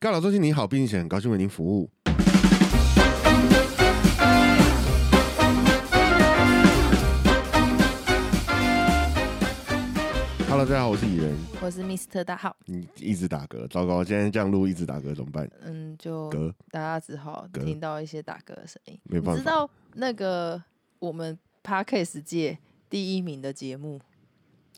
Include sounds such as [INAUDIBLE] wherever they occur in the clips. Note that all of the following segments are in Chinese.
高老周经理好，并且很高兴为您服务。Hello，大家好，我是蚁人。我是 Mr 大号，你一直打嗝，糟糕！今天这样录一直打嗝怎么办？嗯，就嗝大家只好嗝听到一些打嗝的声音。没你办知法道那个我们 Parkes 界第一名的节目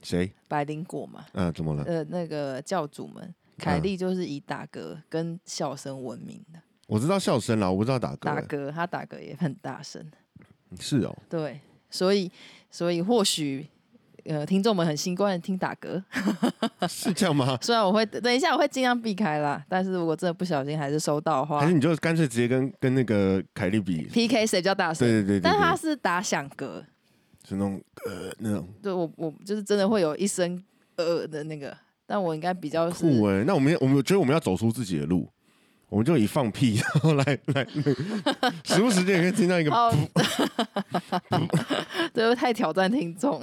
谁？百灵果嘛？啊，怎么了？呃，那个教主们，凯嗯莉就是以打嗝跟笑声闻名的，我知道笑声啦，我不知道打嗝。打嗝他打嗝也很大声，是哦，对，所以所以或许。呃，听众们很习惯听打嗝，？是这样吗 [LAUGHS] 虽然我会等一下我会尽量避开啦，但是如果真的不小心还是收到的话还是你就干脆直接跟跟那个凯莉 [LAUGHS] 比？ ，PK 谁比较大声对？对对对但他对，是打响嗝，是那种呃那种对我我就是真的会有一声呃的那个，但我应该比较酷是哎、那我们我们觉得我们要走出自己的路，我们就以放屁然后来来，时不时就也可以听到一个，哦， [LAUGHS] 对，太挑战听众，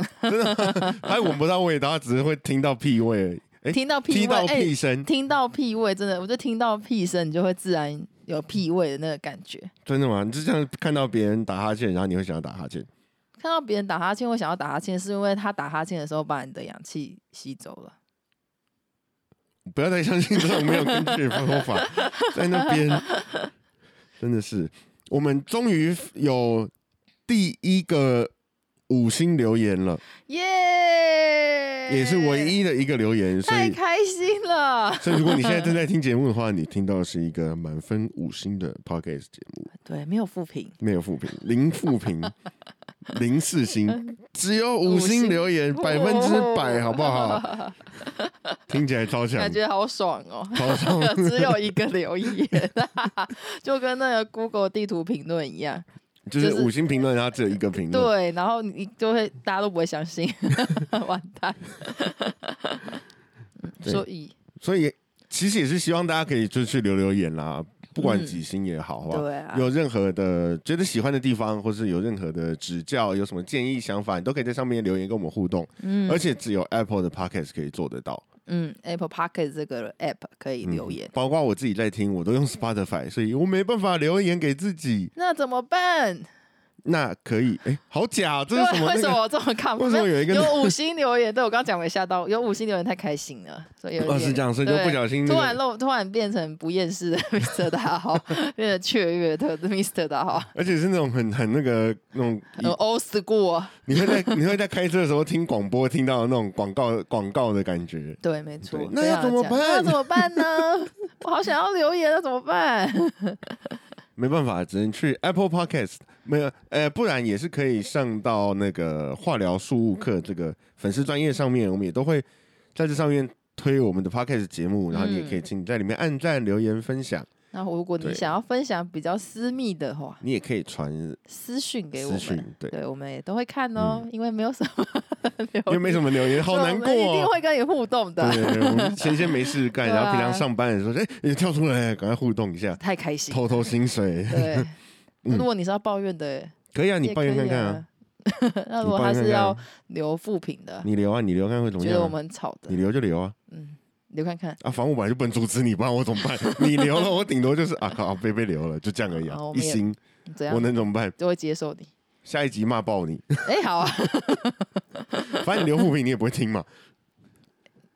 哎，闻不到味道，他只是会听到屁味而已，哎、听到屁听味，到哎、屁声，听到屁味，真的，我就听到屁声，你就会自然有屁味的那个感觉。真的吗？你就这样看到别人打哈欠，然后你会想要打哈欠，看到别人打哈欠，会想要打哈欠，是因为他打哈欠的时候把你的氧气吸走了。不要再相信这种没有根据的方法，在那边真的是，我们终于有第一个五星留言了，耶、也是唯，一的一个留言，所哎太以开心了。 [LAUGHS] 所以，如果你现在正在听节目的话，你听到的是一个满分五星的 podcast 节目，对，没有负评，没有负评，零负 [LAUGHS] 评，零四星，只有五星哦留言，百分之百，好不好？ [LAUGHS] 听起来超强感，觉好爽哦。超 [LAUGHS] 爽，只有一个留言， [LAUGHS] 就跟那个 Google 地图评论一样。就是五星评论，然后只有一个评论，对，然后你就会大家都不会相信， [LAUGHS] 完 [LAUGHS] 蛋。嗯对所以所以其实也是希望大家可以就去留留言啦，不管几星也好，好不好？对啊，有任何的觉得喜欢的地方，或是有任何的指教，有什么建议想法，你都可以在上面留言跟我们互动。嗯而且只有 Apple 的 Podcast 可以做得到。嗯嗯，Apple Pocket 这个 app 可以留言，嗯包括我自己在听，我都用 Spotify，所以我没办法留言给自己。那怎么办？那可以，哎、好假，这对，是什么、那 [LAUGHS] 为个什么我这么看？为什么有一个 [LAUGHS] 有五星留言？对我刚刚讲没吓到，有五星留言太开心了，所以有哦，点是这样，所以就对不小心、那突个然漏，突然变成不厌世的 [LAUGHS] Mr 大号，变成雀跃的 Mr 大号， [LAUGHS] 而且是那种很很那个那种，很 old school 啊。你会在你会在开车的时候听广播，听到那种广告广告的感觉。对，没错对。那非要常怎么有讲办那要怎么 [LAUGHS] 办呢？我好想要留言，那怎么办？没办法，只能去 Apple Podcast，没有，呃，不然也是可以上到那个化疗术务课这个粉丝专业上面，我们也都会在这上面推我们的 Podcast 节目，然后你也可以请你在里面按赞、留言、分享，那如果对你想要分享比较私密的话，你也可以传私讯给我私讯们，，对，嗯嗯对，我们也都会看哦，因为没有什 [LAUGHS] 么留言，因为没什么留言，好难过、所以 [LAUGHS] 我们一定哦。会跟你互动对的，对对，我们闲闲没事 [LAUGHS] 干，对啊然后平常上班的时候，哎、也跳出来，赶快互动一 [LAUGHS] 下，太开心。偷偷薪水， [LAUGHS] 对，嗯如果你是要抱怨的，可以啊，你也抱怨看可以看啊，啊。 [LAUGHS] 那如你抱果他怨看看啊是要留负评的，你留啊，你留看看会怎么觉样啊、得我们吵的你，留就留啊，嗯，留看看。啊，反正我本来就不能阻止你，不然我怎么 [LAUGHS] 办？你留了，我顶多就是啊靠，被被留了，就这样而已、啊好我，一们也星，怎样我能怎么办？就会接受你。 [LAUGHS] 下一集骂爆你， [LAUGHS] 哎、好啊，反正你留负评你也不会听嘛。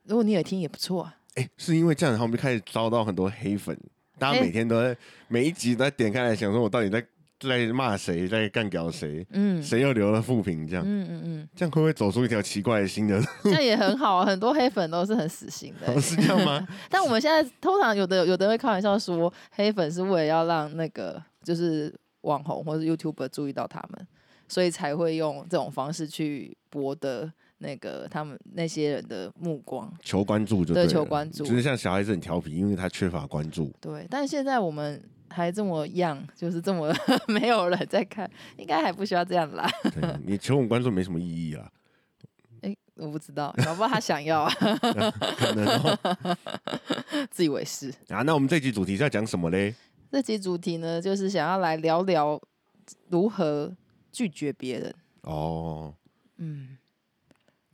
如果你有听也不错啊。哎、是因为这样，然后我们就开始遭到很多黑粉，大家哎每天都在、每一集都在点开来想说，我到底在在骂谁，在干掉谁，嗯谁啊又留了负评，这样、嗯嗯嗯，这样会不会走出一条奇怪的新的？这样也很好啊。很多黑粉都是很死心的欸、 [LAUGHS] 是这样 [LAUGHS] 吗？但我们现在通常有的有的会开玩笑说，黑粉是为了要让那个就是网红或者 YouTuber 注意到他们，所以才会用这种方式去博得那个他们那些人的目光。求关注就对了求关注就是像小孩子很调皮，因为他缺乏关注。对，但现在我们还这么样，就是这么 [LAUGHS] 没有人在看，应该还不需要这样啦。对你求我们关注没什么意义啊。哎、我不知道，搞不好他想要啊，可能哦自以为是。啊，那我们这集主题是要讲什么嘞？这集主题呢，就是想要来聊聊如何拒绝别人。哦，嗯，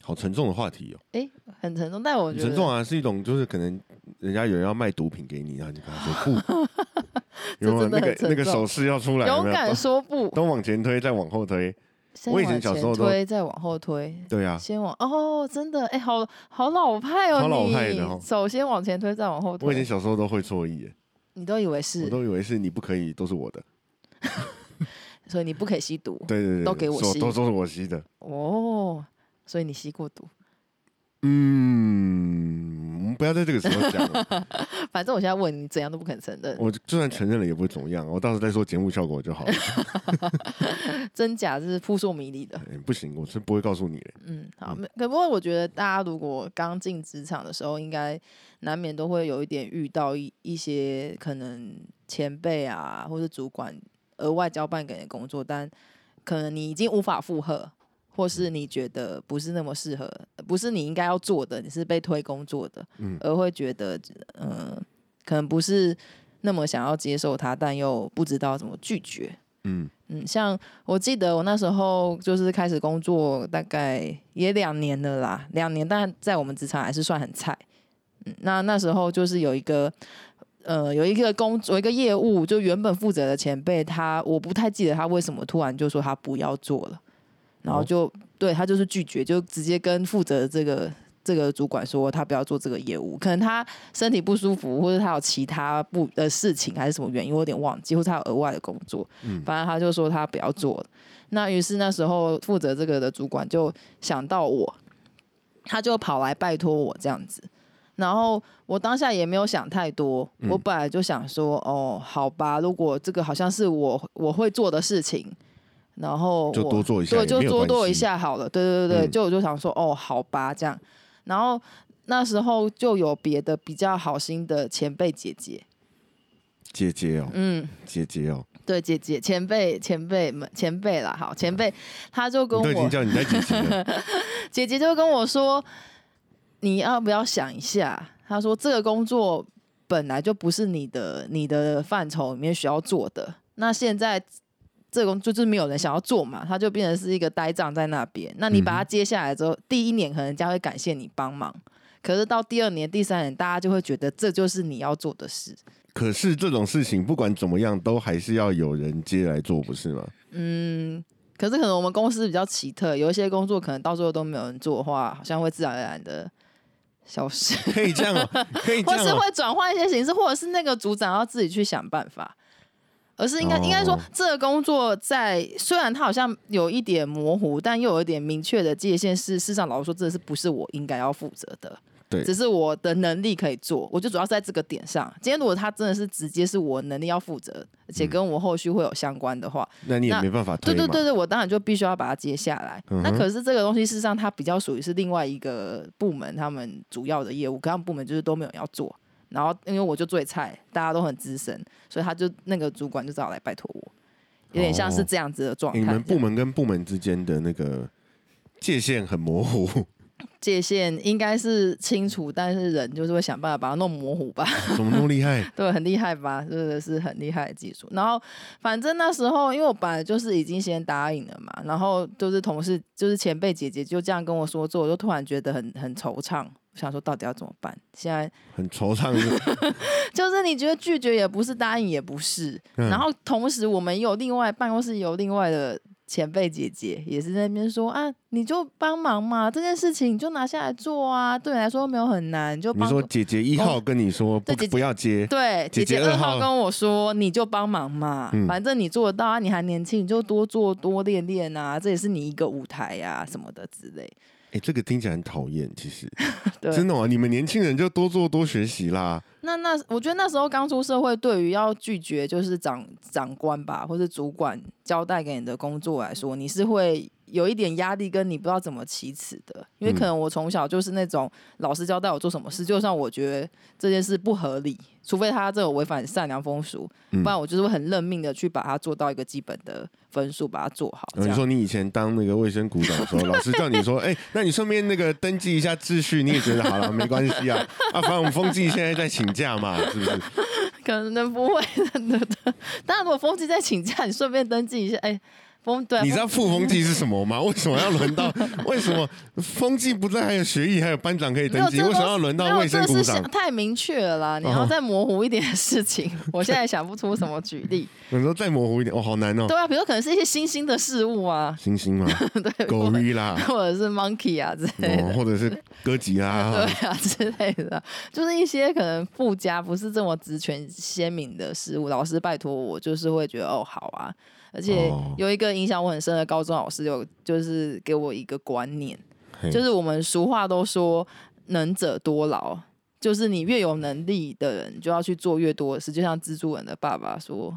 好沉重的话题哦、哎，很沉重，但我很觉得沉重啊，是一种就是可能人家有人要卖毒品给你，然后你跟他说 [LAUGHS] 不，有没有这真那的很个沉重那个手势要出来，有勇没有敢都说不。都往前推，再往后推，先我以前往小时前候都推，再往后推，对啊，先往哦，真的哎，好好老派哦，好老你派的哦首先往前推，再往后我以前推，小时候都会错意耶，你都以为我是，都以为是你不可以，都是我的，所以你不可以吸毒对对对，都给我说吸都都是我吸的，哦，所以你吸过毒。 [LAUGHS] 嗯，我们不要在这个时候讲了， [LAUGHS] 反正我现在问你，怎样都不肯承认，我就算承认了也不会怎么样，我到时候再说节目效果就好了，真假是扑朔迷离的。哎不行，我是不会告诉你的，嗯，好，没可不过我觉得大家如果刚进职场的时候，应该难免都会有一点遇到一一些可能前辈啊或者主管额外交办给你的工作，但可能你已经无法负荷，或是嗯你觉得不是那么适合，不是你应该要做的，你是被推工作的，嗯而会觉得嗯、呃可能不是那么想要接受它，但又不知道怎么拒绝。嗯嗯，像我记得我那时候就是开始工作，大概也两年了啦，两年，但在我们职场还是算很菜。嗯，那那时候就是有一个，呃，有一个工，有一个业务，就原本负责的前辈，他我不太记得他为什么突然就说他不要做了，然后哦就、对他就是拒绝，就直接跟负责的这个这个主管说他不要做这个业务，可能他身体不舒服，或者他有其他不的事情还是什么原因，我有点忘记，或者他有额外的工作，嗯反正他就说他不要做了。那于是那时候负责这个的主管就想到我，他就跑来拜托我这样子。然后我当下也没有想太多，嗯我本来就想说，哦，好吧，如果这个好像是我我会做的事情，然后就我多做一下也对，就没有多关做一系下好了。对对对对，嗯就我就想说，哦，好吧，这样。然后那时候就有别的比较好心的前辈姐姐，姐姐哦，嗯，姐姐哦，对，姐姐前辈前辈们前辈啦，好前辈，他就跟你都已经我叫你在姐姐 [LAUGHS] 了，姐姐就跟我说，你要不要想一下？她说这个工作本来就不是你的你的范畴里面需要做的，那现在。这工就是没有人想要做嘛，他就变成是一个呆账在那边。那你嗯把它接下来之后，第一年可能人家会感谢你帮忙，可是到第二年、第三年，大家就会觉得这就是你要做的事。可是这种事情不管怎么样，都还是要有人接来做，不 [LAUGHS] 是吗？嗯，可是可能我们公司比较奇特，有一些工作可能到最后都没有人做的话，好像会自然而然的消 [LAUGHS] 失，可以这样哦、可以这或样是哦、会转换一些形式，或者是那个组长要自己去想办法。而是应该、应该说哦，这个工作在虽然它好像有一点模糊，但又有一点明确的界限是，事实上老实说，这是不是我应该要负责的？对只是我的能力可以做，我就主要是在这个点上。今天如果他真的是直接是我能力要负责，而嗯且跟我后续会有相关的话，那你也那没办法推对嘛。对对对，我当然就必须要把它接下来。那嗯哼可是这个东西，事实上它比较属于是另外一个部门，他们主要的业务，可他们部门就是都没有人要做。然后因为我就最菜，大家都很资深，所以他就那个主管就只好来拜托我，有点像是哦这样子的状欸态。你们这部样门跟部门之间的那个界限很模 [LAUGHS] 糊，界限应该是清楚，但是人就是会想办法把它弄模糊吧。怎么那么厉害？对，很厉害吧？真的是很厉害的技术。然后反正那时候，因为我本来就是已经先答应了嘛，然后就是同事，就是前辈姐姐就这样跟我说之后，我就突然觉得很很惆怅。我想说，到底要怎么办？现在 [LAUGHS] 很惆怅。就是你觉得拒绝也不是，答应也不是，嗯然后同时我们也有另外办公室也有另外的前辈姐姐也是在那边说啊，你就帮忙嘛，这件事情你就拿下来做啊，对你来说没有很难，你就你帮说姐姐一号哦跟你说不对姐姐不要接，对，姐姐姐姐二二号号跟我说，你就帮忙嘛，嗯反正你做得到啊，你还年轻，你就多做多练练啊，这也是你一个舞台啊什么的之类。哎、这个听起来很讨厌。其实真 [LAUGHS] 对，的啊，你们年轻人就多做多学习啦。那那我觉得那时候刚出社会，对于要拒绝就是长长官吧，或是主管交代给你的工作来说，你是会。有一点压力，跟你不知道怎么启齿的，因为嗯可能我从小就是那种老师交代我做什么事，就算我觉得这件事不合理，除非他这种违反善良风俗，嗯不，然我就是会很认命的去把它做到一个基本的分数，把它做好。呃这你样说你以前当那个卫生股长的时候，老师叫你 [LAUGHS] 说，哎、那你顺便那个登记一下秩序，你也觉得好了，没关系啊。啊，反正我们风纪现在在请假嘛，是 [LAUGHS] 不是？可能不会真的。当然，如果风纪在请假，你顺便登记一下，哎、风对啊，你知风道复风纪是什么吗？为什么要轮到？为什么风纪不在还有学艺还有班长可以 [LAUGHS] 没登有记？这为个什么东要轮没到有卫生这股是长想？太明确了啦，你哦要再模糊一点的事情，我现在想不出什么举例。你说再模糊一点，哦，好难 [LAUGHS] 哦。对啊，比如说可能是一些新兴的事物啊，星星嘛 [LAUGHS] 对，或者 [LAUGHS] ，gorilla，或者是 monkey 啊之类的哦，。或者是哥吉对拉，啊之类的， [LAUGHS] 就是一些可能附加不是这么职权鲜明的事物。老师拜托我，就是会觉得哦好啊。而且哦有一个影响我很深的高中老师有，就是给我一个观念，嘿就是我们俗话都说能者多劳，就是你越有能力的人就要去做越多的事。就像蜘蛛人的爸爸说，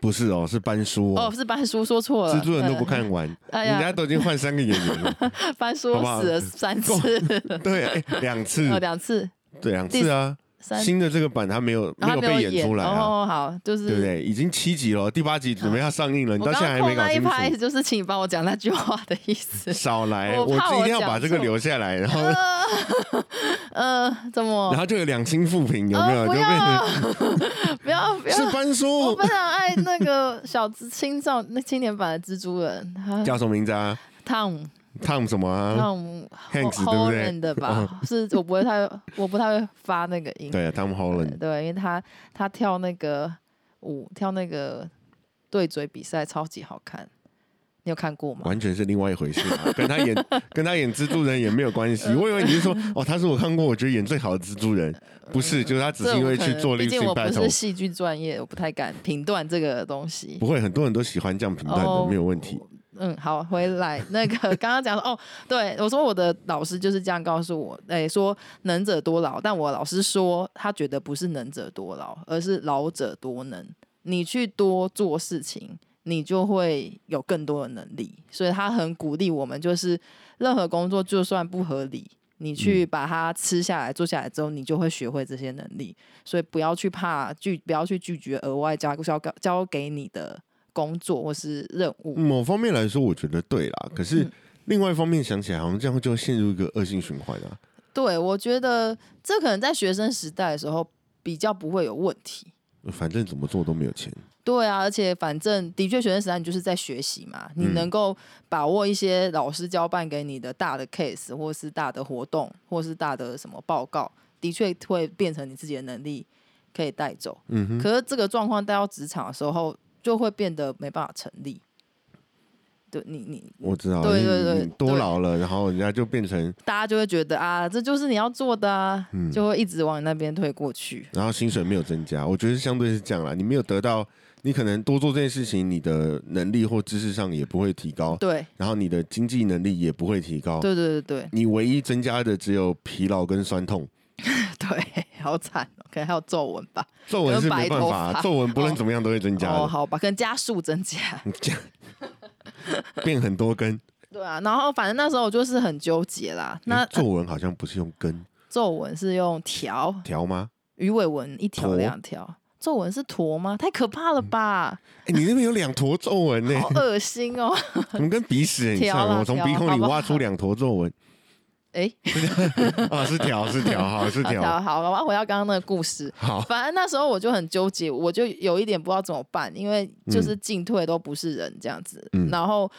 不是哦，是班叔哦哦，是班叔说错了，蜘蛛人都不嗯看完，哎人呀家都已经换三个演员了， [LAUGHS] 班叔好不好 [LAUGHS] 死了三次，对，哎两次，呃 [LAUGHS] 两次对，两次啊，三。新的这个版他没有然后有他没被有演出来啊，哦，好，就是对不对？已经七集了，第八集准备要上映了，你我到刚现在还刚扣没搞那一清拍，楚，。就是请把我讲那句话的意 [LAUGHS] 思少来，我我怕一定我要讲把这个错嗯留下来， [LAUGHS] 然后呃，怎么然？后就有两星复评，有没有？呃、就不变成要，不要，不要！是班我叔非常爱那个小资青少那青年版的蜘蛛人，他叫什么名字啊？汤汤什么啊？汤 Hanks，对不对哦 o l a n 的吧？是我不会太，我不太会发那个音。对啊，Tom 对 Holland，对，因为他他跳那个舞，跳那个对嘴比赛超级好看，你有看过吗？完全是另外一回事啊， [LAUGHS] 跟他演跟他演蜘蛛人也没有关嗯系。我以为你是说，哦，他是我看过我觉得演最好的蜘蛛人，不是，就是他只嗯这是因我为可去能做毕 lip 竟 sync 我不 battle 是戏剧专业，我不太敢评断这个东西不。会，很多人都喜欢这样评断的，哦没有问题。嗯，好，回来那个刚刚讲说， [LAUGHS] 哦，对我说我的老师就是这样告诉我，哎，说能者多劳，但我老师说他觉得不是能者多劳，而是劳者多能。你去多做事情，你就会有更多的能力，所以他很鼓励我们，就是任何工作就算不合理。你去把它吃下来、做下来之后，你就会学会这些能力，所以不要去怕拒，不要去拒绝额外交交交给你的工作或是任务。某方面来说，我觉得对啦，可是嗯另外一方面想起来，好像这样就会陷入一个恶性循环啊。对，我觉得这可能在学生时代的时候比较不会有问题。反正怎么做都没有钱，对啊，而且反正的确，学生时代你就是在学习嘛，你嗯能够把握一些老师交办给你的大的 case，或是大的活动，或是大的什么报告，的确会变成你自己的能力可以带走。嗯哼，可是这个状况带到职场的时候，就会变得没办法成立。对你，你我知道，对因为对你对你多对劳了，然后人家就变成，大家就会觉得啊，这就是你要做的啊，嗯就会一直往你那边推过去。然后薪水没有增加，我觉得相对是这样啦。你没有得到，你可能多做这件事情，你的能力或知识上也不会提高，对，然后你的经济能力也不会提高，对对对对。你唯一增加的只有疲劳跟酸痛。 [LAUGHS] 对，好惨哦，可能还有皱纹吧。皱纹是没办跟白头法，发皱纹不论怎么样都会增加哦，的，好吧，可能加速增加。你这样 [LAUGHS] 变很多根。对啊，然后反正那时候我就是很纠结啦。那呃诶皱纹好像不是用根皱纹是用条，条吗？ [LAUGHS] 鱼尾纹一条坨两条。皱纹是坨吗？太可怕了吧！哎、你那边有两坨皱纹呢，好恶心哦！怎么跟鼻屎很条像？啦我从条鼻孔好里不好挖出两坨皱纹 [LAUGHS] 哎，啊，是条是条， [LAUGHS] 好是好条，哦好，我要回到刚刚那个故事。好反正那时候我就很纠结，我就有一点不知道怎么办，因为就是进退都不是人这样子。嗯然后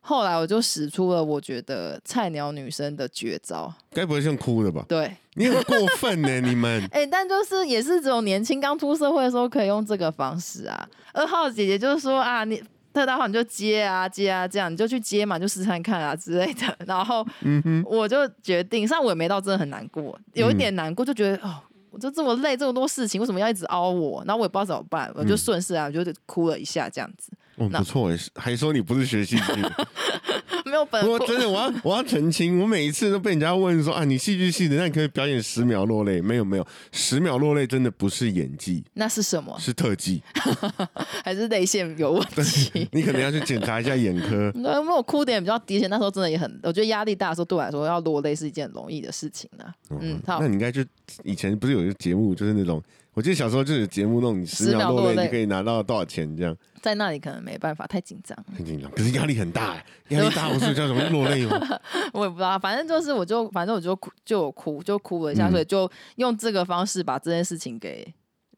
后来我就使出了我觉得菜鸟女生的绝招，该不会是用哭的吧？对，你很过分 [LAUGHS] 呢，你们。哎、但就是也是只有年轻刚出社会的时候可以用这个方式啊。二号姐姐就是说啊，你特大号你就接啊接啊，这样你就去接嘛，你就试探看啊之类的。然后，我就决定，虽然我也没到真的很难过，有一点难过，就觉得、哦。我就这么累，这么多事情，为什么要一直凹我？然后我也不知道怎么办，我就顺势啊，我就哭了一下，这样子 [LAUGHS] 哦，那不错耶，还说你不是学戏剧 [LAUGHS] 的。没有本不过哭真的，我要我要澄清，我每一次都被人家问说啊，你戏剧系的，那你可以表演十秒落泪？没有没有，十秒落泪真的不是演技，那是什么？是特 [LAUGHS] 技。 [LAUGHS] 还是泪腺有问题？你可能要去检查一下眼科。对，因为我哭点比较低，而且那时候真的也很，我觉得压力大的时候对我来说要落泪是一件很容易的事情呢、嗯嗯，，好那，你应该去以前不是有一个节目，就是那种，我记得小时候就有节目那种，你十10秒秒落落泪泪你可以拿到多少钱，这样在那里可能没办法，太紧张 [LAUGHS] 了，很紧张，可是压力很大耶，压力大我是叫什么落泪吗？我也不知道，啊反正就是我就反正我就哭就有哭就哭了一下，嗯所以就用这个方式把嗯这件事情给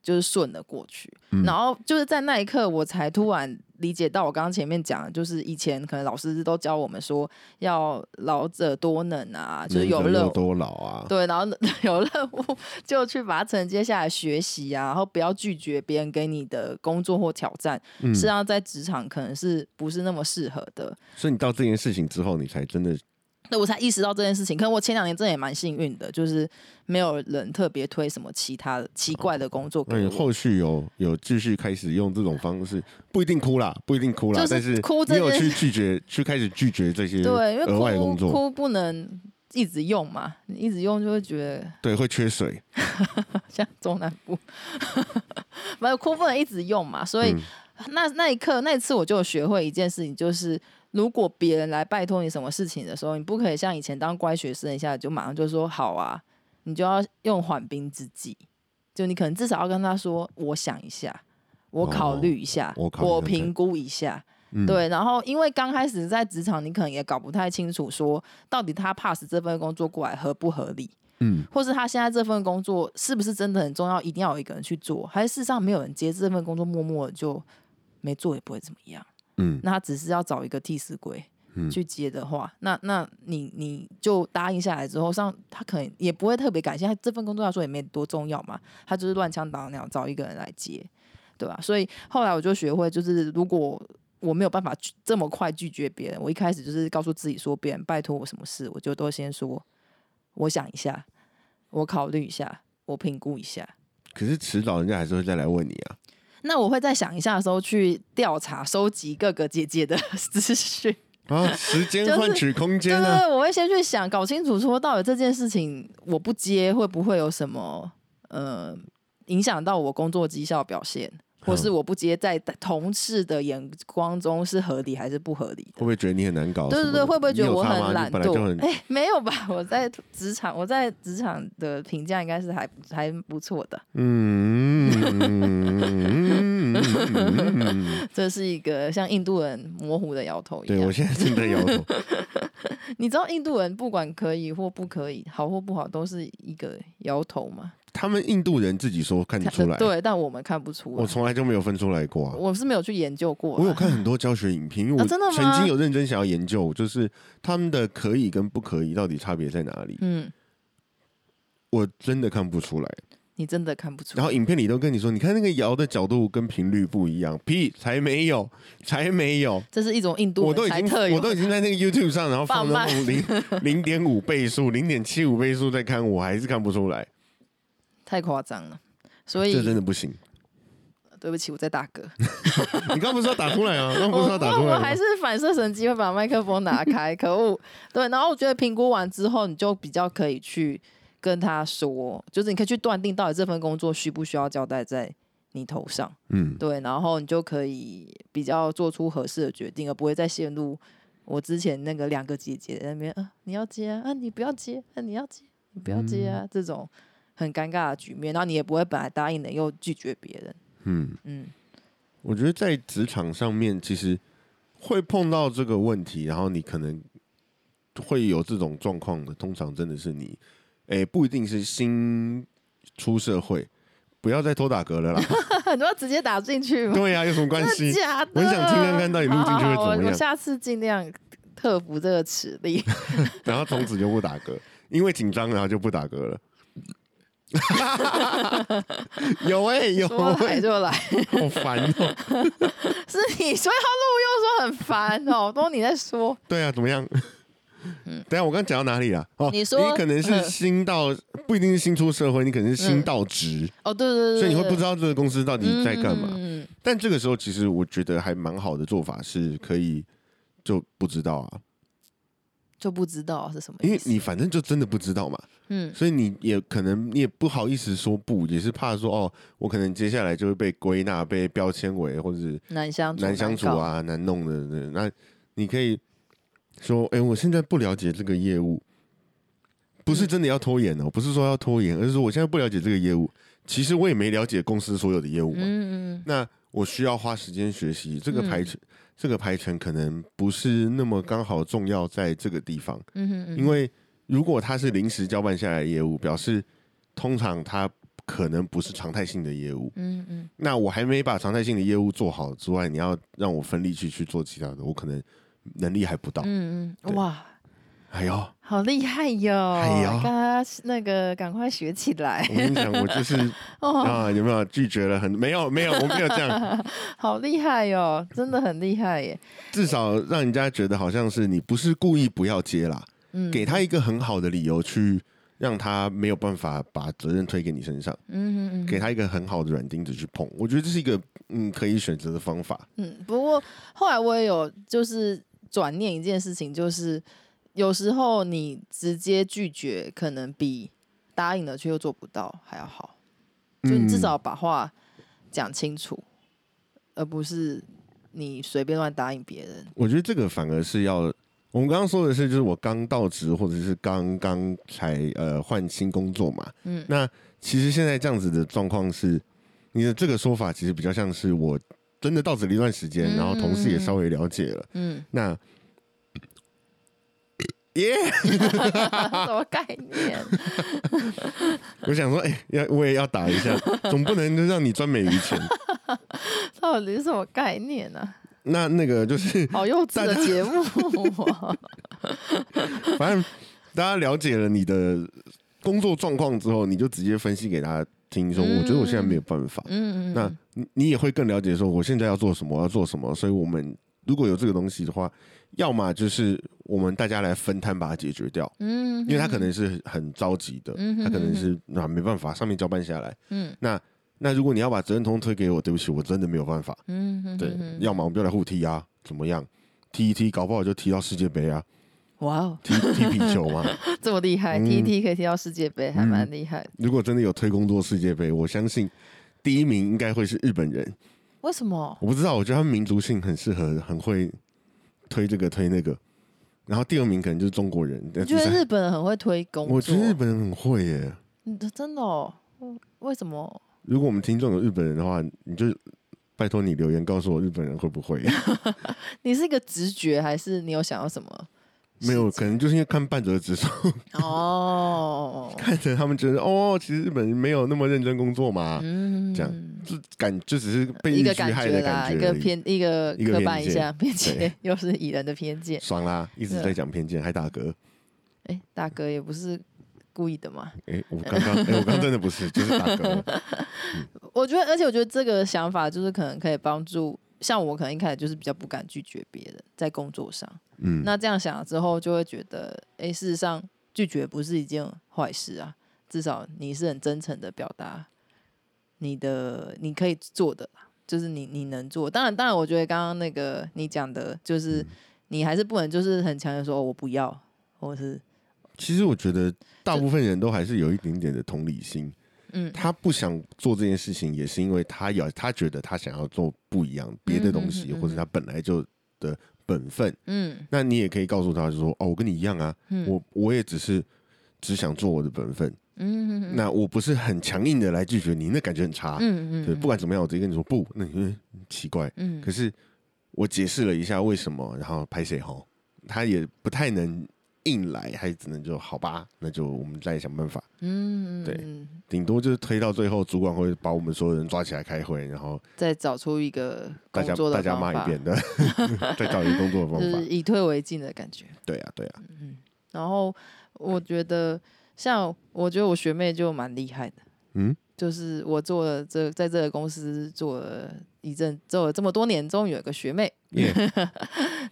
就是顺了过去，然后就是在那一刻我才突然理解到我刚刚前面讲的，就是以前可能老师都教我们说要老者多能啊， [LAUGHS] 就是能有者任又务。多劳 [LAUGHS] 啊，对，然后有任务就去把它承接下来学习啊，然后不要拒绝别人给你的工作或挑战，嗯，是要在职场可能是不是那么适合的。所以你到这件事情之后，你才真的那我才意识到这件事情。可能我前两年真的也蛮幸运的，就是没有人特别推什么其他的奇怪的工作给那你我。后续有有继续开始用这种方式，不一定哭啦，不一定哭啦，就是但是哭你这有件去拒绝，去开始拒绝这些对，因额外的为工哭作，哭不能一直用嘛，你一直用就会觉得对，会缺水，像中南部， [LAUGHS] 没有哭不能一直用嘛，所以、嗯那那一刻那一次我就有学会一件事情，就是如果别人来拜托你什么事情的时候，你不可以像以前当乖学生一下就马上就说好啊，你就要用缓兵之计，就你可能至少要跟他说我想一下，我考虑一下，我考虑看看评估一下，嗯，，对，然后因为刚开始在职场，你可能也搞不太清楚说到底他 pass 这份工作过来合不合理，嗯，或是他现在这份工作是不是真的很重要，一定要有一个人去做，还是事实上没有人接这份工作，默默地就没做也不会怎么样。嗯那他只是要找一个替死鬼嗯去接的话，那那你你就答应下来之后，上他可能也不会特别感谢，他这份工作来说也没多重要嘛，他就是乱枪打鸟找一个人来接，对吧、所以后来我就学会，就是如果我没有办法拒这么快拒绝别人，我一开始就是告诉自己说，别人拜托我什么事，我就都先说，我想一下，我考虑一下，我评估一下。可是迟早人家还是会再来问你啊，那我会在想一下的时候去调查、收集各个姐姐的 [LAUGHS] 资讯。啊，时间 [LAUGHS] 就是换取空对间对啊，对，我会先去想，搞清楚说到底这件事情我不接会不会有什么呃影响到我工作绩效表现，或是我不接在同事的眼光中是合理还是不合理会的。不会觉得你很难搞哦什对么的？对对，会不会觉得你有我差吗很你懒本来就很惰？哎、没有吧？ [LAUGHS] 我在职场，我在职场的评价应该是还还不错的。嗯嗯嗯嗯嗯， [LAUGHS] 这是一个像印度人模糊的摇头一 [LAUGHS] 对我样。现在正在摇头，你知道印度人不管可以或不可以，好或不好，都是一个摇头嘛。他们印度人自己说看得看出来， [LAUGHS] 对，但我们看不出来。我从来就没有分出来过啊。我是没有去研究过啦。我有看很多教学影片，因为啊我真的吗曾经有认真想要研究，就是他们的可以跟不可以到底差别在哪里，嗯，我真的看不出来。你真的看不出然来。后影片里都跟你说，你看那个摇的角度跟频率不一样，屁才没有，才没有。这是一种印度我都人已才经特我有。都已经在那个 YouTube 上，然后放那放种零零点五倍速、零点七五倍速在看，我还是看不出来，太夸张了。所以这真的不 [LAUGHS] 行。对不起，我在打嗝。你刚不是要打出来吗？刚不是要打出 [LAUGHS] 我来还吗？是反射神经会把麦克风 [LAUGHS] 拿开，可恶。对，然后我觉得评估完之后，你就比较可以去跟他说，就是你可以去断定到底这份工作需不需要交代在你头上。嗯，对，然后你就可以比较做出合适的决定，而不会再陷入我之前那个两个姐姐在那边，啊，你要接啊，啊你不要接，啊你要接，你不要接嗯啊、这种很尴尬的局面，然后你也不会本来答应的又拒绝别人， [LAUGHS] 嗯，嗯，我觉得在职场上面，其实会碰到这个问题，然后你可能会有这种状况的，通常真的是你，哎、不一定是新出社会，不要再偷打嗝了啦。 [LAUGHS] 你就要直接打进去吗？对呀、啊有什么关真的系？假的？我很想听看看到底录进去会好好好怎么我我样下次尽量克服这个 [LAUGHS] 齿力。然后从此就不打嗝，因为紧张，然后就不打嗝 [LAUGHS] 了。有哎、有说哎、来就来，好烦哦、是你说要录又说很烦哦， [LAUGHS] 都你在说，对啊，怎么样？等一下，我刚讲到哪里啊？哦，嗯你说可能是嗯新到，不一定是新出社会，你可能是新嗯到职，哦对对对，所以你会不知道道这个公司到底在干嘛。嗯，但这个时候，其实我觉得还蛮好的做法是可以就不知道啊，就不知道是什么因意为思，你反正就真的不知道嘛，嗯所以你也可能你也不好意思说不，也是怕说哦，我可能接下来就会被归纳、被标签为或者是难相处难相处搞，啊、难弄的人。那你可以说，哎、我现在不了解这个业务，不嗯是真的要拖延哦，不是说要拖延，而是说我现在不了解这个业务，其实我也没了解公司所有的业务嘛。嗯嗯那我需要花时间学习这个嗯排程，这个排程可能不是那么刚好重要在这个地方。嗯嗯，因为如果它是临时交办下来的业务，表示通常它可能不是常态性的业务。嗯嗯那我还没把常态性的业务做好之外，你要让我分力去去做其他的，我可能能力还不到。嗯嗯，对哇，哎呦，好厉害哟！哎呀大家那个赶快学起来我跟你讲，我就是 [LAUGHS] 哦，啊，有没有拒绝了很？没有，没有，我没有这样，好厉害哟，真的很厉害耶。至少让人家觉得好像是你不是故意不要接啦，嗯，给他一个很好的理由去让他没有办法把责任推给你身上，嗯嗯嗯，给他一个很好的软钉子去碰。我觉得这是一个嗯可以选择的方法。嗯，不过后来我也有就是转念一件事情，就是有时候你直接拒绝，可能比答应了却又做不到还要好。就你至嗯少把话讲清楚，而不是你随便乱答应别人。我觉得这个反而是要。我们刚刚说的是，就是我刚到职或者是刚刚才呃换新工作嘛。嗯那其实现在这样子的状况是，你的这个说法其实比较像是我真的到职了一段时间，嗯然后同事也稍微了解了。 [LAUGHS] 嗯，那耶什么概念？我想说，哎、要我也要打一下，总不能就让你赚美于钱。到底是什么概念呢、啊？那那个就是，好幼稚的节目、 [LAUGHS] 哦。反正大家了解了你的工作状况之后，你就直接分析给大家听说，嗯我觉得我现在没有办法。嗯嗯，那你你也会更了解说我现在要做什么，我要做什么。所以我们如果有这个东西的话，要么就是我们大家来分摊把它解决掉，嗯，因为他可能是很着急的，嗯哼他可能哼是啊没办法，上面交办下来。嗯那如果你要把责任通推给我，对不起，我真的没有办法。嗯嗯，对，嗯要么我们就来互踢啊，怎么样？踢一踢，搞不好就踢到世界杯啊，哇哦，踢踢皮球 [LAUGHS] 嘛。这么厉害、嗯 t T 可以踢到世界杯，还蛮厉害的。如果真的有推工作世界杯，我相信第一名应该会是日本人。为什么？我不知道，我觉得他们民族性很适合，很会推这个推那个。然后第二名可能就是中国人，我但觉得第三日本人很会推工作，我觉得日本人很会耶。嗯真的哦，为什么？如果我们听众有日本人的话，你就拜托你留言告诉我日本人会不 [LAUGHS] 会。你是一个直觉，还是你有想要 [LAUGHS] 什么？没有，可能就是因为看半泽直树， [LAUGHS] 哦，看着他们觉得哦，其实日本人没有那么认真工作嘛， [LAUGHS] 嗯这样就感就只是被一日个剧感害觉的啦，感嗯一觉个而已，偏一个一个刻板偏一见下偏见 [LAUGHS] 对，又是蚁人的偏见。爽啦！一直在讲偏见，还打嗝。哎，大哥也不是故意的嘛。哎，我刚刚，哎，我刚刚真的不是，就是打嗝了。我觉得，而且我觉得这个想法就是可能可以帮助，像我可能一开始就是比较不敢拒绝别人在工作上，嗯，那这样想了之后就会觉得，哎、事实上拒绝不是一件坏事啊，至少你是很真诚的表达你的你可以做的啦，就是你你能做。当然，当然，我觉得刚刚那个你讲的，嗯就是你还是不能就是很强烈说、哦我不要，或是其实我觉得大部分人都还是有一点点的同理心，嗯他不想做这件事情，也是因为他要他觉得他想要做不一样别的东西，嗯嗯嗯嗯或者他本来就的本分。嗯那你也可以告诉他，就说哦，我跟你一样啊，嗯我我也只是只想做我的本分，嗯嗯那我不是很强硬的来拒绝你，那感觉很差。嗯对，不管怎么样，我直接跟你说不，那 [LAUGHS] 你会奇怪。嗯可是我解释了一下为什么，然后拍谁吼，他也不太能硬来，他也只能就好吧，那就我们再想办法。嗯对嗯顶多就是推到最后，主管会把我们所有人抓起来开会，然后再找出一个大工家作的大家方骂法一，遍 [LAUGHS] 的，再找一个工作的就方是法。以退为进的感觉。对啊，对啊，然后我嗯觉得，像我觉得我学妹就蛮厉害的，嗯，就是我做了这在这个公司做了一阵，做了这么多年，终于有个学妹，耶，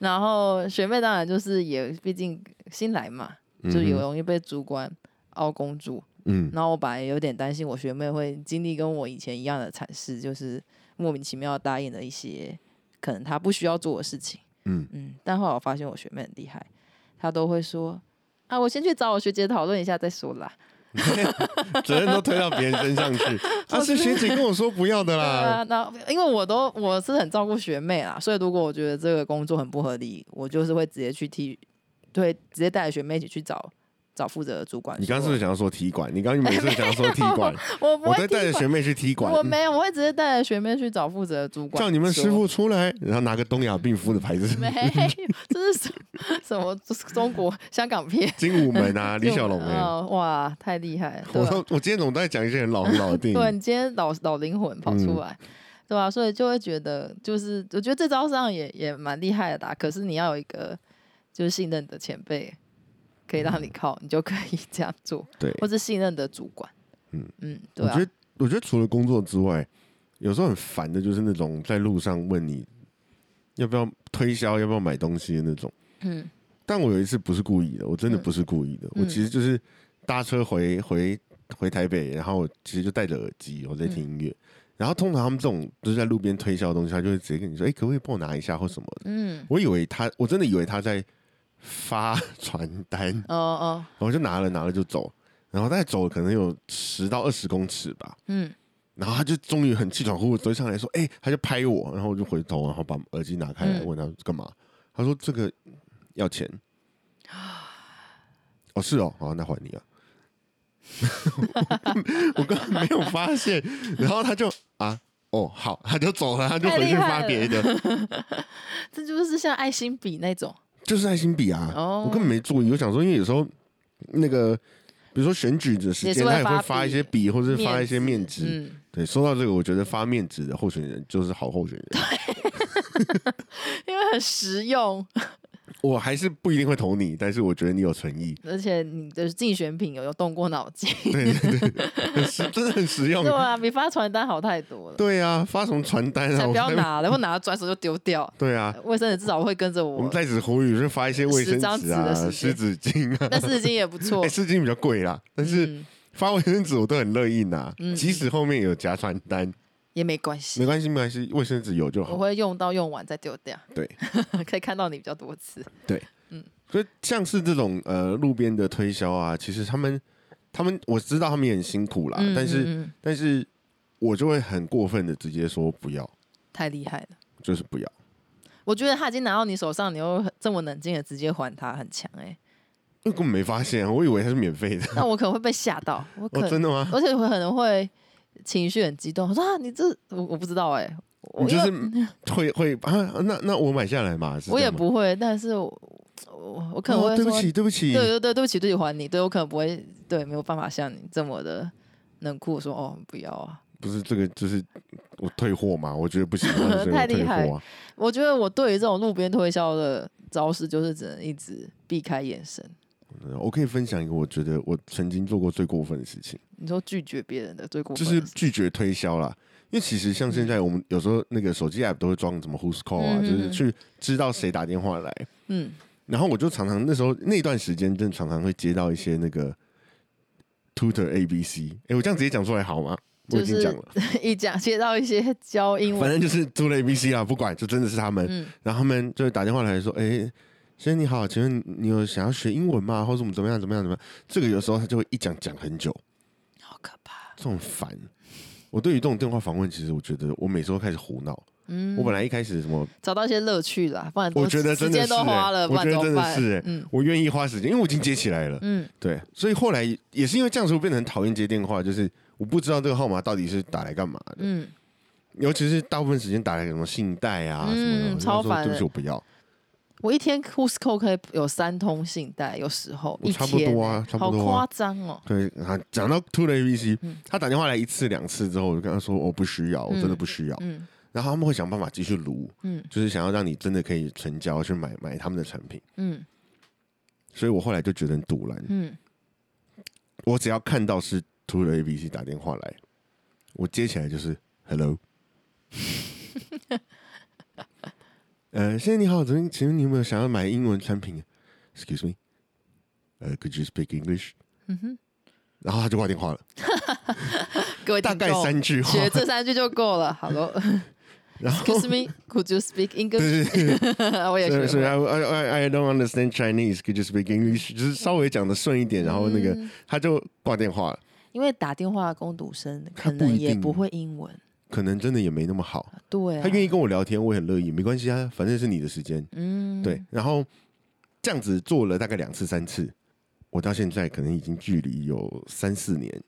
然后学妹当然就是也毕竟新来嘛，嗯就也哼容易被主管熬公主，嗯，然后我本来有点担心我学妹会经历跟我以前一样的惨事，就是莫名其妙答应了一些可能她不需要做的事情。嗯但后来我发现我学妹很厉害，她都会说啊，我先去找我学姐讨论一下再说啦。责任都推到别人身 [LAUGHS] 上去。啊，是学姐跟我说不要的对啦。啊，那因为我都我是很照顾学妹啦，所以如果我觉得这个工作很不合理，我就是会直接去替，对，直接带着学妹一起去找找负责的主管说。你刚刚是不是想要说踢馆？你刚刚每次想要说踢馆， [LAUGHS] 我不我在会带踢着馆学妹去踢馆，我没有，我会直接带着学妹去找负责的主管，叫你们师。傅出来，然后拿个东亚病夫的牌子， [LAUGHS] [LAUGHS] 没有，这是什什么中国香港片？精武门 [LAUGHS] 啊，李小龙哎、哦哇，太厉害了！对我吧都我今天总在讲一些很老很老的电对啊影，你今天老老灵魂跑嗯出来，对吧、所以就会觉得，就是我觉得这招上也也蛮厉害的、啊，可是你要有一个就是信任的前辈可以让你靠，你就可以这样做， [LAUGHS] 嗯对或是信任的主管，嗯嗯，对我啊觉，得我觉得除了工作之外，有时候很烦的就是那种在路上问你要不要推销，要不要买东西的那种。嗯但我有一次不是故意的，我真的嗯不是故意的，嗯我其实就是搭车回回回台北，然后我其实就戴着耳机我在听音乐。嗯然后通常他们这种就是在路边推销的东西，他就会直接跟你说：“哎、可不可以帮我拿一下或什么的嗯，我以为他，我真的以为他在发传单，然哦哦，后我就拿了拿了就走，然后大概走了可能有十到二十公尺吧，嗯然后他就终于很气喘呼呼地追上来说：“哎、他就拍我。”然后我就回头，然后把耳机拿开来嗯问他干嘛。他说：“这个要钱。”啊哦，是哦，好，那还你啊。 [LAUGHS] 我根本没有发现，然后他就啊，哦，好，他就走了，他就回去发别的，这就是像爱心笔那种，就是爱心笔啊。哦我根本没注意，我想说，因为有时候那个，比如说选举的时也间，是会他也会发发一笔些笔，或者是发一些面纸。嗯，对，说到这个，我觉得发面纸的候选人就是好候选人。因为很实用，我还是不一定会投你，但是我觉得你有诚 [LAUGHS] 意，而且你的竞选品有有动过脑筋，很实，真的很实用对。啊，比发传单好太多了。对啊，发什么传单啊？才我不要才拿了，或拿了转手就丢掉。 [LAUGHS] 对啊，卫生纸至少会跟着我，我们在此呼吁，就发一些卫生十张纸纸的啊、事湿情纸巾啊。但是已经也不错 [LAUGHS] 哎，。湿纸巾比较贵啦，但是嗯，发卫生纸我都很乐意拿，嗯即使后面有夹传单，也没关没系，关系，没关系，卫生纸有就我好。会用到用完再丢掉。对， [LAUGHS] 可以看到你比较多次。所以像是这种呃路边的推销啊，其实他们他们我知道他们也很辛苦啦，嗯但是嗯嗯但是我就会很过分的直接说不要，太厉害了，就是不要。我觉得他已经拿到你手上，你又很这么冷静的直接还他，很强 [LAUGHS] 哎。因为根本没发现，啊我以为它是免费的。那我可能会被吓到，我可哦，真的能，吗？而且我可能会情绪很激动，我说啊，你这我我不知道哎，我你就因为是 [LAUGHS] 会会啊？那那我买下来嘛？是我这也样吗，不会，但是我我我可能哦会对不说起，对不起，对对对，对不起，对不起，还你。对我可能不会，对，没有办法像你这么的冷酷地说哦，不要啊。不是这个，就是我退货嘛？我觉得不行，所以我 [LAUGHS] 太退厉害货啊。我觉得我对于这种路边推销的招式，就是只能一直避开眼神。嗯我可以分享一个我觉得我曾经做过最过分的事情，你说拒绝别人的最过就分是的事，拒绝推销啦。因为其实像现在我们有时候那个手机 app 都会装什么 Who's Call 啊，嗯嗯就是嗯去知道谁打电话来。嗯， [LAUGHS] 然后我就常常那时候那段时间，真的常常会接到一些那个 tutor A B C。哎，我这样直接讲出来好吗？我已就经是讲了，一讲接到一些教英反正文，就是 tutor A B C 啊，不管就真的是他们。嗯然后他们就会打电话来说：“哎，先生你好，请问你有想要学英文吗？或者我们怎么样怎么样怎么样？”这个有时候他就会一讲讲很久，好可怕，这种烦。我对于这种电话访问，其实我觉得我每次都开始胡闹。嗯，我本来一开始什么，找到一些乐趣啦，不然我都觉得真时的间是都欸花了，不我然觉怎得真么的办？是欸嗯我愿意花时间，因为我已经接起来了。嗯，对，所以后来也是因为这样子，我变得很讨厌接电话，就是我不知道这个号码到底是打来干嘛的，嗯，尤其是大部分时间打来什么信贷啊什嗯么的，我就超说烦对不的起，我不要，我一天 Cusco 可以有三通信贷，有时候我一差不天多啊欸差不好多啊夸张哦，对啊，讲到 Two 的 ABC，、嗯他打电话来一次两次之后，我就跟他说我不需要，我真的嗯不需要，嗯然后他们会想办法继续撸，嗯就是想要让你真的可以成交去买买他们的产品，嗯所以我后来就觉得很堵然，嗯，我只要看到是 Two 的 ABC 打电话来，我接起来就是 Hello。呃，先生你好，请问请问你有没有想要买英文产品？Excuse me，呃、c o u l d you speak English？嗯哼，然后他就挂电话了，各位大哎听概众三句话，学这三句就够了。Hello, [LAUGHS] 然后 excuse me, could you speak English？对 [LAUGHS] 对对，我也所以学所以会 I I I- I don't understand Chinese，could you speak English？就是稍微讲的顺一点，然后那个、嗯他就挂电话了，因为打电话的工读生他可不能一也定不会英文，可能真的也没那么好。对、啊，他愿意，跟我聊天，我也很乐意，没关系啊，反正是你的时间。嗯，。对，，然后这样子做了大概两次、三次，我到现在可能已经距离有三四年，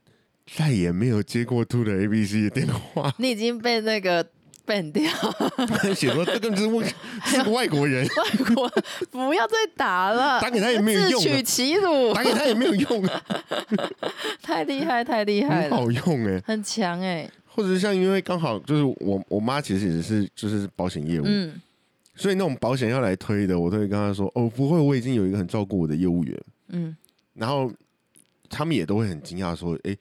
再也没有接过 Two 的 ABC 的电话你已经被那个 ban 掉，写说这个就是外是个外国 [LAUGHS] 人，外国不要再打了，打给他也没有自用啊取其辱，打给他也没有用啊，太厉害，太厉害很了，好用哎、很强哎、或者是像因为刚好就是我我妈其实也是就是保险业务，嗯，所以那种保险要来推的，我都会跟她说哦不会，我已经有一个很照顾我的业务员，嗯，然后他们也都会很惊讶说，诶，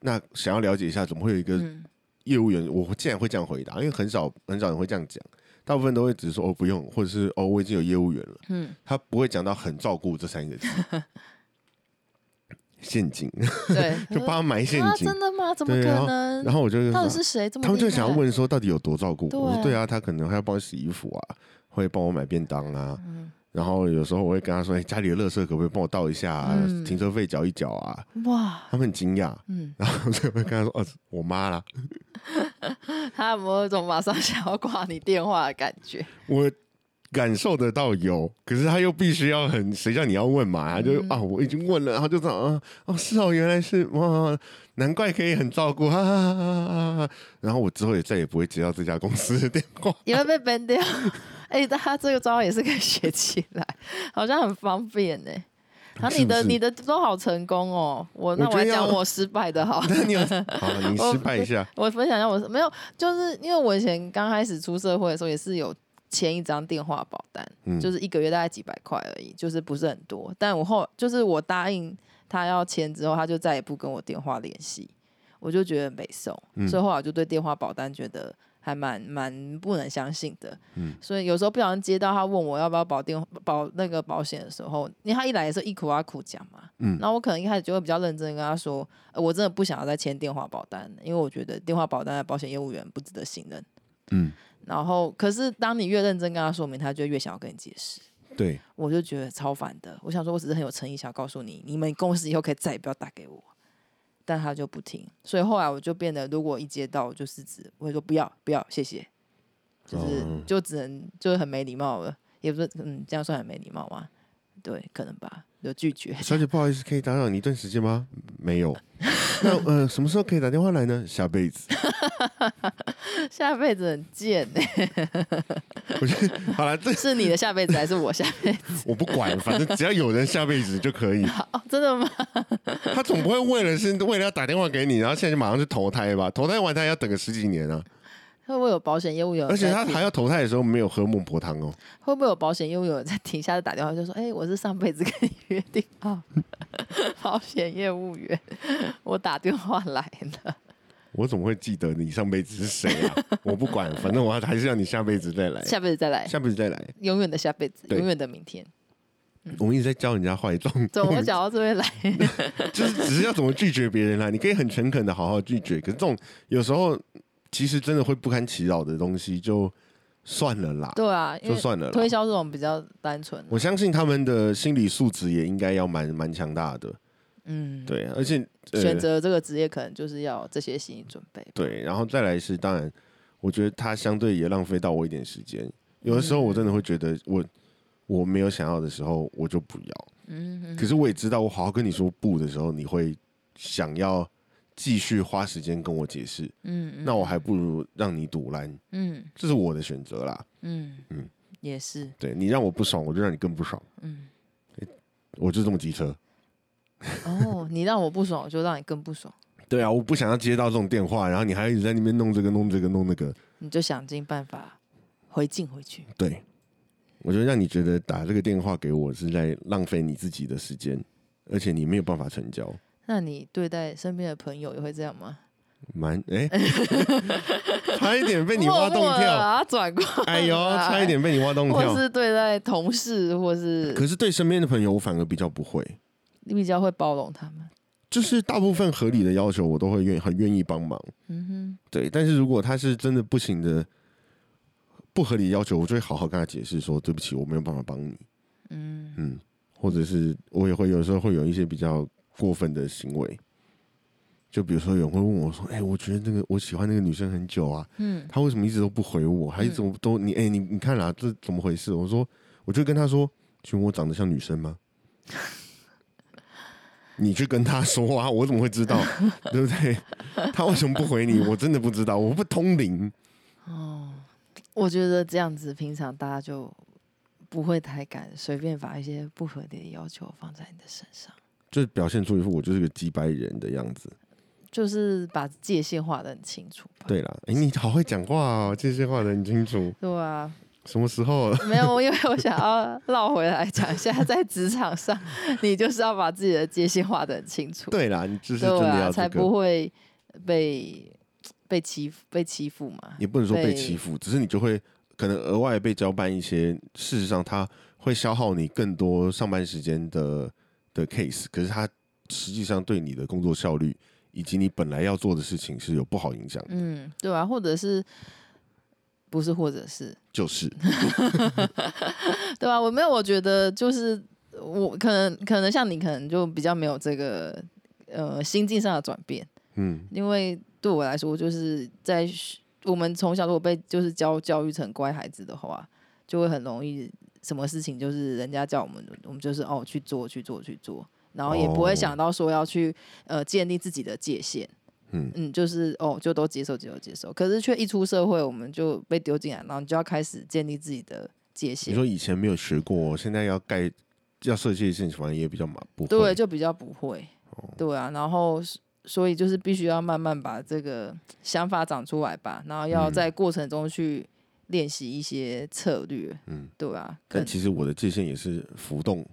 那想要了解一下，怎么会有一个嗯，业务员，我竟然会这样回答，因为很少很少人会这样讲，大部分都会只是说哦不用，或者是哦我已经有业务员了，嗯，他不会讲到很照顾这三个 [LAUGHS] 字。陷阱，对，就 [LAUGHS] 帮他埋陷哦啊，阱。真的吗？怎么可对啊能？然后我就跟他到底说是谁这么？他们就想要，问说到底有多照顾我？哦对啊我说对啊，他可能还要帮我洗衣服啊，会帮我买便当啊。嗯，然后有时候我会跟他说，哎，家里的垃圾可不可以帮我倒一下、啊？嗯停车费缴一缴啊。哇，他们很惊讶，嗯， [LAUGHS] 然后我就会跟他说，哦，我妈啦，他有没有一种马上想要挂你电话的感觉？我感受得到有，可是他又必须要很，谁叫你要问嘛？他就、嗯啊，我已经问了，然后就这样啊，哦，是哦，原来是哇，难怪可以很照顾，哈哈哈哈哈哈。然后我之后也再也不会接到这家公司的电话。 [LAUGHS] 也会被 ban 掉。 [LAUGHS] 哎、大家这个招也是可以学起来，好像很方便呢、然后你的是不是你的都好成功哦，我那我我觉来得要讲我失败的好。那 [LAUGHS] 你有啊？你失败一下，我分享一下我是没有，就是因为我以前刚开始出社会的时候也是有签一张电话保单，嗯，就是一个月大概几百块而已，就是不是很多。但我后就是我答应他要签之后，他就再也不跟我电话联系，我就觉得没送，嗯所以后来我就对电话保单觉得还蛮蛮不能相信的。嗯所以有时候不小心接到他问我要不要保电保那个保险的时候，因为他一来的时候一苦啊苦讲嘛，嗯那我可能一开始就会比较认真地跟他说，呃我真的不想要再签电话保单了，因为我觉得电话保单的保险业务员不值得信任。嗯，然后，可是当你越认真跟他说明，他就越想要跟你解释。对，我就觉得超烦的。我想说，我只是很有诚意，想告诉你，你们公司以后可以再也不要打给我。但他就不听，所以后来我就变得，如果一接到我就辞职，我会说不要不要，谢谢，就是、哦就只能就是很没礼貌了，也不是嗯，这样算很没礼貌吗？对，可能吧，就拒绝。小姐不好意思，可以打扰你一段时间吗？没 [LAUGHS] 有。那呃，什么时候可以打电话来呢？下辈子。 [LAUGHS] [LAUGHS] 下辈子很贱、欸，我觉得好了，这是你的下辈子还是我下辈子？我不管，反正只要有人下辈子就可 [LAUGHS] 以。哦， [LAUGHS] 真的吗？他总不会为了是为了要打电话给你，然后现在就马上去投胎吧？投胎完他要等个十几年啊，会不会有保险业务员？而且他还要投胎的时候没有喝孟婆汤哦。会不会有保险业务员在停下来打电话 [LAUGHS] 就说：“哎、我是上辈子跟你约定好，保险业务员，我打电话来了。我怎么会记得你上辈子是谁 [LAUGHS] 啊？我不管，反正我还是要你下辈子再来，下辈子再来，下辈子再来。永远的下辈子，对永远的明天。我们一直在教人家坏种，怎么讲到这 [LAUGHS] 边来？就是只是要怎么拒绝别人啊啦、你可以很诚恳的好好拒绝，可是这种有时候其实真的会不堪其扰的东西，就算了啦，对啊，因就为算了啦推。销这种比较单纯。我相信他们的心理素质也应该要蛮蛮强大的，嗯，对，而且、呃、选择这个职业可能就是要有这些心理准备。对，然后再来是当然，我觉得他相对也浪费到我一点时间。有的时候我真的会觉得我我没有想要的时候，我就不要。嗯，可是我也知道，我好好跟你说不的时候，你会想要继续花时间跟我解释，嗯嗯那我还不如让你堵拦，嗯这是我的选择啦。嗯嗯嗯，也是，对你让我不爽，我就让你更不爽，嗯，我就这么机车。哦，你让我不爽，我就让你更不爽，对啊，我不想要接到这种电话，然后你还一直在那边弄这个弄这个弄那个。你就想尽办法回敬回去。对，我觉得让你觉得打这个电话给我是在浪费你自己的时间，而且你没有办法成交。那你对待身边的朋友也会这样吗？蛮哎， [LAUGHS] 差一点被哎你挖洞 [LAUGHS] 默默地跳，哦把它转过，哎呦，差一点被你挖洞或跳。是对待同事，或是可是对身边的朋友，我反而比较不会，你比较会包容他们。就是大部分合理的要求，我都会愿很愿意帮忙。嗯对，但是如果他是真的不行的。不合理要求，我就会好好跟他解释说：“对不起，我没有办法帮你。哼，”嗯，嗯，或者是我也会有时候会有一些比较过分的行为，就比如说有人会问我说：“哎、我觉得那个我喜欢那个女生很久啊，嗯她为什么一直都不回我？还一直都你哎、你你看啦、这怎么回事？”我说，我就跟她说：“请问我长得像女生吗？”你去跟他说啊， [LAUGHS] 我怎么会 [LAUGHS] 知道，对不对？他为什么不回你？我真的不知道，我不通灵。我觉得这样子，平常大家就不会太敢随便把一些不合理的要求放在你的身上，就是表现出一副我就是个鸡掰人的样子。就是把界限画的很清楚吧。对啦，哎，你好会讲话哦，这些话的很清楚。对啊，什么时候？ [LAUGHS] 没有，因为我想要绕回来讲一下，在职场上，你就是要把自己的界限画的很清楚，对啦，你就是对真的啊，要才这不个，会被被欺负被欺负嘛。也不能说被被欺负，只是你就会可能额外被交办一些，事实上他会消耗你更多上班时间的的 case，可是他实际上对你的工作效率以及你本来要做的事情是有不好影响的，嗯，对啊，或者是不是，或者是就是对啊，我没有，我觉得就是我可能可能像你，可能就比较没有这个呃心境上的转变，嗯，因为对我来说，就是在学我们从小如果被就是教教育成乖孩子的话，就会很容易什么事情就是人家叫我们，我们就是哦去做去做去做，然后也不哦会想到说要去呃建立自己的界限。嗯嗯，就是哦，就都接受接受接受，可是却一出社会，我们就被丢进来，然后你就要开始建立自己的界限你。说以前没有学过，现在要盖要设计的事情，反正也比较麻不会哦对，就比较不会，对啊，然后所所以就是必须要慢慢把这个想法长出来吧，然后要嗯在过程中去练习一些策略，嗯，对啊，可但能其实我的界限也是浮动，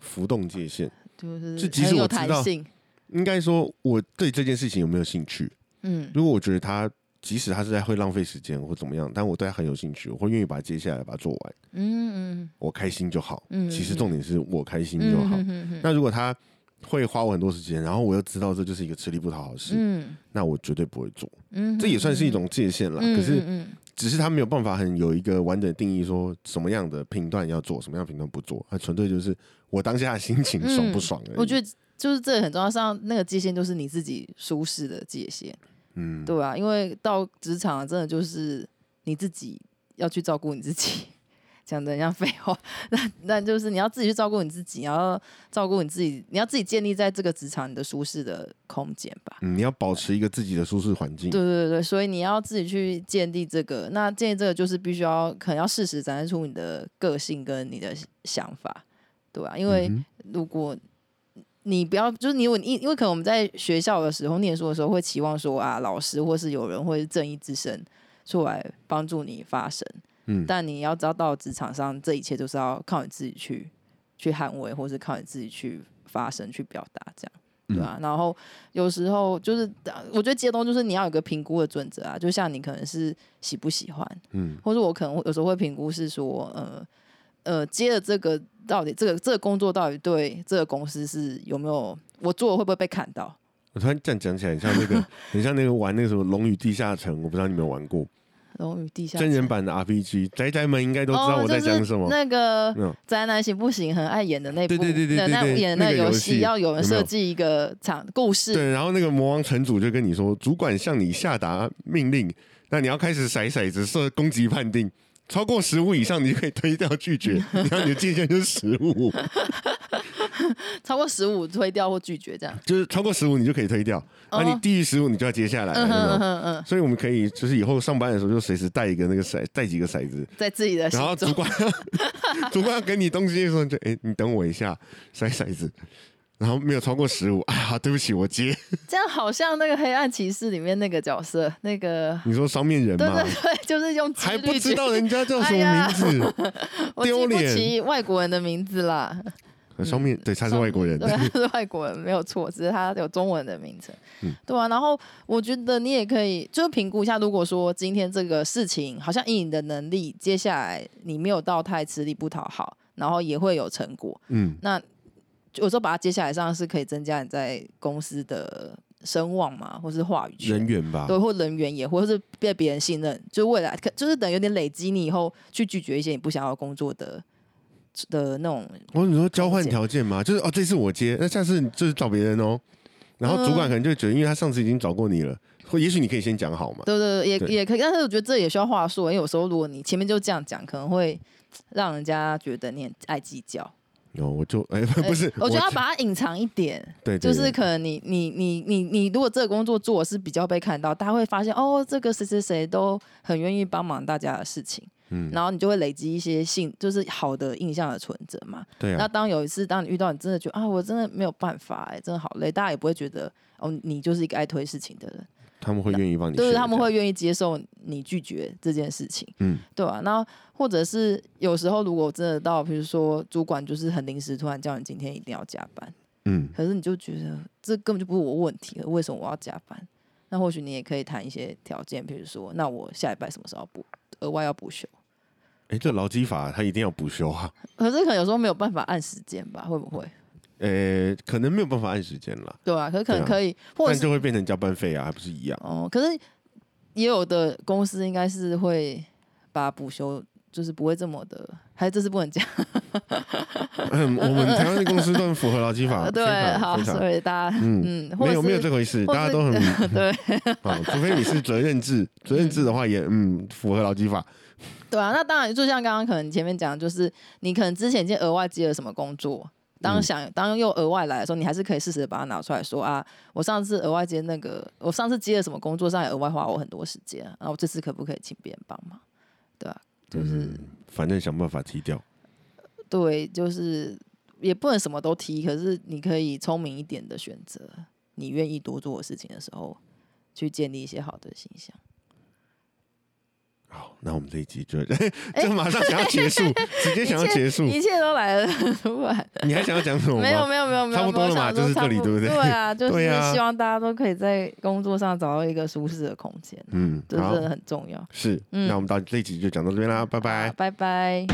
浮动界限。就是就即使很我有知弹道性，应该说我对这件事情有没有兴趣？嗯如果我觉得他，即使他是在会浪费时间或怎么样，但我对他很有兴趣，我会愿意把它接下来把它做完，嗯嗯我开心就好。嗯，其实嗯重点是我开心嗯就好。嗯嗯嗯那如果他会花我很多时间，然后我又知道这就是一个吃力不讨好的事，嗯那我绝对不会做。嗯，这也算是一嗯种界限啦。嗯可是嗯嗯只是他没有办法很有一个完整的定义，说什么样的评断要做，什么样的评断不做，他纯粹就是我当下的心情嗯爽不爽而已。我觉得就是这个很重要，上那个界限就是你自己舒适的界限，嗯，对啊，因为到职场啊真的就是你自己要去照顾你自己， [LAUGHS] 讲的像废话，那那就是你要自己去照顾你自己，然后照顾你自己，你要自己建立在这个职场你的舒适的空间吧。嗯，你要保持一个自己的舒适环境。对对对，所以你要自己去建立这个，那建立这个就是必须要可能要适时展现出你的个性跟你的想法，对啊，因为、嗯哼如果你不要，就是你，我因因为可能我们在学校的时候念书的时候，会期望说啊，老师或是有人会是正义之声出来帮助你发声，嗯但你要知道到职场上，这一切都是要靠你自己去去捍卫，或是靠你自己去发声、去表达，这样对嗯啊。然后有时候就是，呃我觉得接东就是你要有个评估的准则啊，就像你可能是喜不喜欢，嗯，或者我可能会有时候会评估是说，呃呃，接了这个到底这个这个工作到底对这个公司是有没有我做了会不会被看到？我突然这样讲起来，很像那个，很像那个玩那个什么《龙与地下城》，我不知道你有没有 [LAUGHS] 玩过龙与地下真人城版的 RPG，宅宅们应该都知道哦我在就是讲什么。那个嗯，宅男行不行？很爱演的那部，对对对对那对那对演那的个游游戏戏要有人有没有设计一个场故事，对，然后那个魔王城主就跟你说，主管向你下达命令，那你要开始甩骰子设攻击判定，超过十五以上你就可以推掉拒 [LAUGHS] 绝，然后你的界限就是十五，超过十五推掉或拒绝这样。就是超过十五你就可以推掉，那、哦你低于十五你就要接下来了嗯哼那嗯种。哼嗯，所以我们可以就是以后上班的时候就随时带一个那个骰，带几个骰子，在自己的心然后中主，管 [LAUGHS] 主管要给你东西的时候你就哎、你等我一下甩骰子，然后没有超过十五， [LAUGHS] 哎呀对不起我接，这样好像那个黑暗骑士里面那个角色，那个你说双面人对嘛，对对， [LAUGHS] 就是用几还不率知决道人家叫什么名字。我记丢不脸起外国人的名 [LAUGHS] 字啦，呃 [LAUGHS] 双面、对，他是外国人， [LAUGHS] 对，他是外国人没有错，只是他有中文的名称，嗯对啊。然后我觉得你也可以就评估一下，如果说今天这个事情好像以你的能力，接下来你没有到太吃力不讨好，然后也会有成果，嗯，那有时候把它接下来上是可以增加你在公司的声望嘛，或是话语权人。员吧，对，或人员也，或是被别人信任，就未来可就是等于有点累积你以后去拒绝一些你不想要工作的的那种，我你说交换条件嘛，就是哦，这次我接，那下次就是找别人哦。然嗯后主管可能就觉得，因为他上次已经找过你了，或也许你可以先讲好嘛。对对对，对也也可以，但是我觉得这也需要话术，因为有时候如果你前面就这样讲，可能会让人家觉得你很爱计较，哦，我就哎、 [LAUGHS] 不是，呃我觉得要把它隐藏一点，对，对就是对可能你你你你你，如果这个工作做是比较被看到，大家会发现哦，这个谁谁谁都很愿意帮忙大家的事情，嗯，然后你就会累积一些信，就是好的印象的存折嘛。对那啊，当有一次，当你遇到你真的觉得啊，我真的没有办法、哎，真的好累，大家也不会觉得哦，你就是一个爱推事情的人，他们会愿意帮你，就是他们，会愿意接受你拒绝这件事情。嗯，对啊，那或者是有时候如果真的到，比如说主管就是很临时突然叫你今天一定要加班，嗯，可是你就觉得这根本就不是我问题了，为什么我要加班？那或许你也可以谈一些条件，比如说，那我下礼拜什么时候要补额外要补休？哎、这劳基法他一定要补休啊，可是可能有时候没有办法按时间吧，会不会？呃、可能没有办法按时间啦，对啊，可是可能对啊可以，或者但是就会变成加班费啊，还不是一样？ [LAUGHS] 哦，可是也有的公司应该是会把补休，就是不会这么的，还是这是不能加。嗯，我们台湾的公司都很符合劳基法，非 [LAUGHS] 对，常好，非常所以大家嗯，或没者有没有是这回事，或大家是 [LAUGHS] 都很 [LAUGHS] 对啊，除非你是责任制，责任制的话也嗯符合劳基法，对啊，那当然，就像刚刚可能前面讲，就是你可能之前已经额外接了什么工作，当嗯想当又额外来的时候，你还是可以适时的把它拿出来说啊，我上次额外接那个，我上次接了什么工作，上也额外花我很多时间，然后我这次可不可以请别人帮忙？对啊，就是、嗯，反正想办法踢掉。对，就是也不能什么都踢，可是你可以聪明一点的选择，你愿意多做的事情的时候，去建立一些好的形象。好，那我们这一集就 [LAUGHS] 就马上想要结束，直接想要结束，哎 [LAUGHS] 一切都来了， [LAUGHS] 突然你还想要讲什么吗？没有没有没有没嗯有，差不多了嘛没有就是这里想对不说差对对？ [LAUGHS] 啊，就对是啊希望大家都可以在工作上找到一个舒适的空间，嗯，这好真，的很重要。是，嗯那我们到这一集就讲到这边啦，拜拜好。拜拜。